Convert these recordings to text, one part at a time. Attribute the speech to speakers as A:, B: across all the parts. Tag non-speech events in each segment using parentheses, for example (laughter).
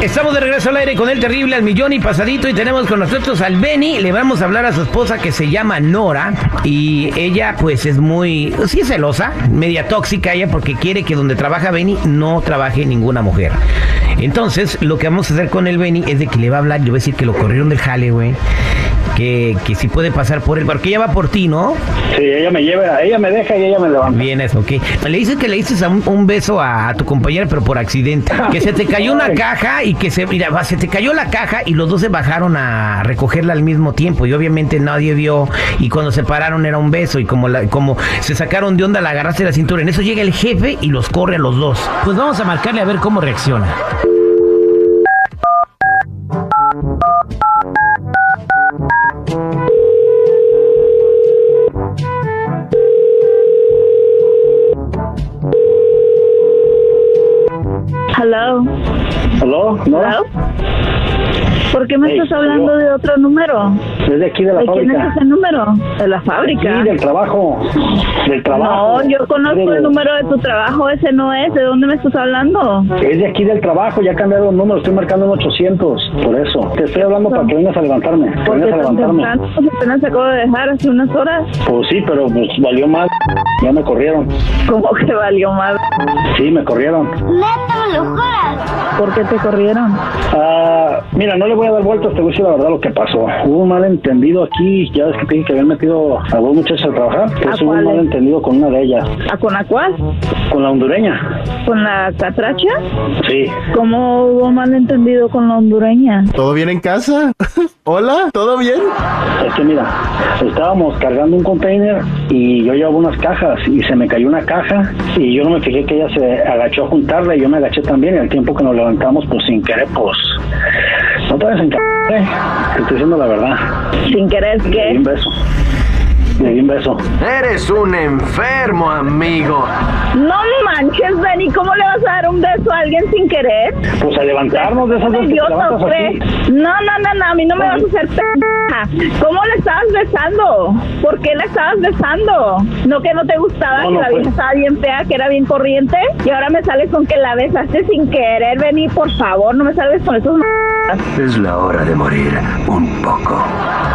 A: Estamos de regreso al aire con el terrible al millón y pasadito y tenemos con nosotros al Benny. Le vamos a hablar a su esposa que se llama Nora y ella pues es muy, sí es celosa, media tóxica ella porque quiere que donde trabaja Benny no trabaje ninguna mujer. Entonces lo que vamos a hacer con el Benny es de que le va a hablar, le voy a decir que lo corrieron del jale, güey. Que, que si puede pasar por él, porque ella va por ti, ¿no?
B: Sí, ella me lleva, ella me deja y ella me levanta.
A: Bien, eso, ok. Le dices que le dices a un, un beso a, a tu compañera, pero por (laughs) accidente. Que se te cayó una caja y que se. Mira, va, se te cayó la caja y los dos se bajaron a recogerla al mismo tiempo. Y obviamente nadie vio. Y cuando se pararon era un beso. Y como, la, como se sacaron de onda, la agarraste de la cintura. En eso llega el jefe y los corre a los dos. Pues vamos a marcarle a ver cómo reacciona.
C: Hello.
B: ¿Aló? ¿Nora?
C: Hello. ¿Por qué me
B: Hey,
C: estás hablando
B: hello.
C: de otro número?
B: Es de aquí de la
C: ¿De quién es
B: fábrica.
C: ese número? De la
B: Sí,
C: fábrica.
B: del trabajo. Del trabajo.
C: no, yo conozco
B: Del-
C: el número de tu trabajo, ese no es. ¿De dónde me estás hablando?
B: Es de aquí del trabajo, ya cambiaron el número, estoy marcando un 800, por eso. Te estoy hablando para que vengas a levantarme, que vengas
C: Porque
B: a
C: tan
B: levantarme.
C: temprano, pues, apenas acabo de dejar hace unas horas.
B: Pues sí, pero pues, valió mal, ya me corrieron.
C: ¿Cómo que valió más?
B: Sí, me corrieron.
C: ¿Por qué te corrieron?
B: Ah, mira, no le voy a dar vueltas, te voy a decir la verdad lo que pasó. Hubo un malentendido aquí, ya ves que te dije que habían metido a dos muchachas a trabajar, pues hubo
C: ¿A
B: un
C: cuáles?
B: malentendido con una de ellas,
C: ¿A con la cuál?
B: con la hondureña.
C: ¿Con la catracha?
B: Sí,
C: ¿Cómo hubo malentendido con la hondureña?
D: ¿Todo bien en casa? (laughs) Hola, ¿todo bien?
B: Es que mira, estábamos cargando un container y yo llevaba unas cajas y se me cayó una caja y yo no me fijé que ella se agachó a juntarla y yo me agaché también y al tiempo que nos levantamos pues sin querer pues no te desenca- eh, te estoy diciendo la verdad.
C: Sin querer
B: Le di un
C: que...
B: beso. Le di un beso.
E: Eres un enfermo, amigo.
C: No le manches, Benny, ¿cómo le vas a dar un beso a alguien sin querer?
B: Pues a levantarnos de esas
C: Un
B: dos que te
C: idiota
B: levantas
C: usted.
B: así.
C: No, no, no, no, a mí no me vas a hacer pendeja. ¿Cómo le estabas besando? ¿Por qué la estabas besando? ¿No que no te gustaba
B: No,
C: que
B: no,
C: la
B: pues.
C: vieja estaba bien fea, que era bien corriente? Y ahora me sales con que la besaste sin querer, Benny, por favor, no me salves con esos m-
E: Es la hora de morir un poco.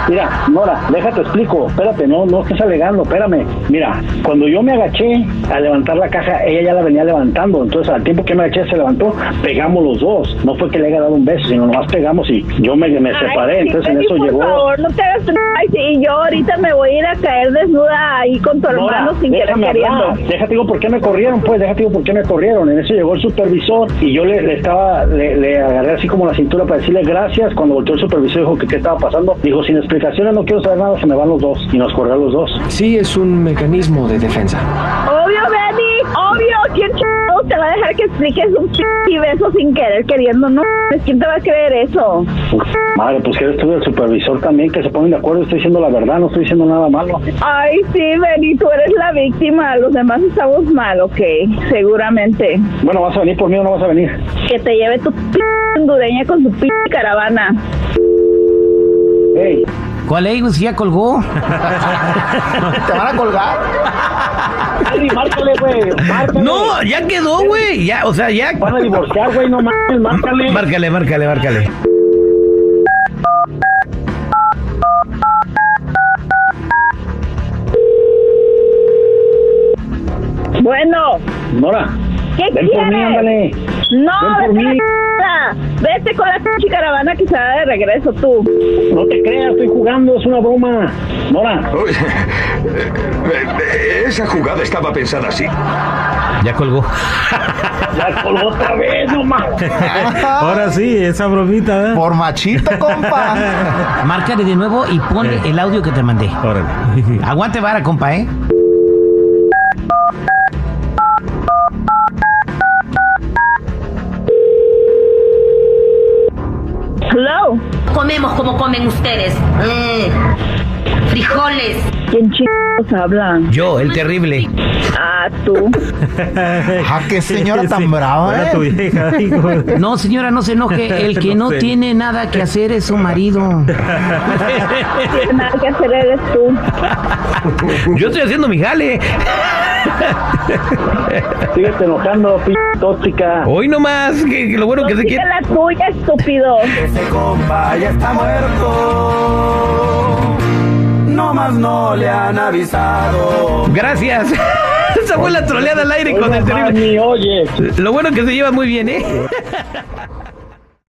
B: Mira, Nora, déjate explico. Espérate, no, no estés alegando, espérame. Mira, cuando yo me agaché a levantar la caja, ella ya la venía levantando. Entonces, al tiempo que me agaché, se levantó, pegamos los dos. No fue que le haya dado un beso, sino nomás pegamos y yo me, me separé.
C: Ay, sí,
B: Entonces, en
C: Benny,
B: eso
C: por
B: llegó.
C: favor, no te hagas pendeja. Ay, sí, y yo ahorita me voy a ir a caer desnuda ahí con tu hermano sin querer
B: déjame
C: queriendo.
B: hablar. Déjate digo por qué me corrieron, pues, déjate digo por qué me corrieron. En eso llegó el supervisor y yo le, le estaba, le, le agarré así como la cintura para decirle gracias. Cuando volteó el supervisor dijo que qué estaba pasando. Dijo, sin explicaciones no quiero saber nada, se me van los dos. Y nos corrió a los dos.
F: Sí, es un mecanismo de defensa.
C: Obvio, Benny, obvio. ¿Quién chingados te va a dejar que expliques un pinche beso sin querer, queriendo? No, mames, ¿quién te va a creer eso?
B: Uf, Madre, pues que eres tú del supervisor también, que se ponen de acuerdo, estoy diciendo la verdad, no estoy diciendo nada malo.
C: Ay, sí, Benny, tú eres la víctima. Los demás estamos mal, ok, seguramente.
B: Bueno, vas a venir por mí o no vas a venir.
C: Que te lleve tu pinche hondureña con su pinche caravana.
B: Ey,
A: ¿Cuál es, güey? Si ya colgó.
D: ¿Te van a colgar?
B: Adri, márcale, güey, márcale.
A: No, ya quedó, güey. Ya, o sea, ya.
B: Van a divorciar, güey, no mames, márcale.
A: Márcale, márcale, márcale.
C: Bueno,
B: Nora,
C: ¿qué
B: ven
C: quieres?
B: por mí, ándale.
C: No,
B: Ven por
C: vete a la
B: mí.
C: chingada. Vete con la pinche caravana que se va de regreso tú.
B: No te creas, estoy jugando, es una broma. Nora,
E: Uy, (laughs) Eh, Esa jugada estaba pensada así.
A: Ya colgó.
B: la colgó otra vez, no mames.
G: Ahora sí, esa bromita, ¿eh? ¿verdad?
D: Por machito, compa.
A: (laughs) Márcale de nuevo y ponle el audio que te mandé.
G: Órale.
H: (laughs)
A: Aguante vara, compa, ¿eh?
C: Hello.
H: Comemos como comen ustedes. Mm. Frijoles,
C: Eh. ¿Quién chicos habla?
A: Yo, el terrible.
C: Ah, tú.
A: (laughs)
D: Ah, qué señora tan brava,
G: Era
D: ¿eh?
G: tu vieja, hijo.
H: No, señora, no se
A: (laughs)
H: enoje. El que
G: No
H: no,
G: sé.
H: tiene nada que hacer es su marido.
C: Tienes nada que hacer eres tú.
A: Yo estoy haciendo mi jale.
B: Síguete enojando, p tóxica.
A: Hoy nomás, que, que lo bueno que se
C: Tóxica
A: quiere.
C: la tuya, estúpido.
I: Ese compa ya está muerto. No más no le han avisado.
A: Gracias. (laughs) Esa fue la troleada al aire con el
B: Oye,
A: terrible.
B: mami, oye.
A: Lo bueno que se lleva muy bien, ¿eh?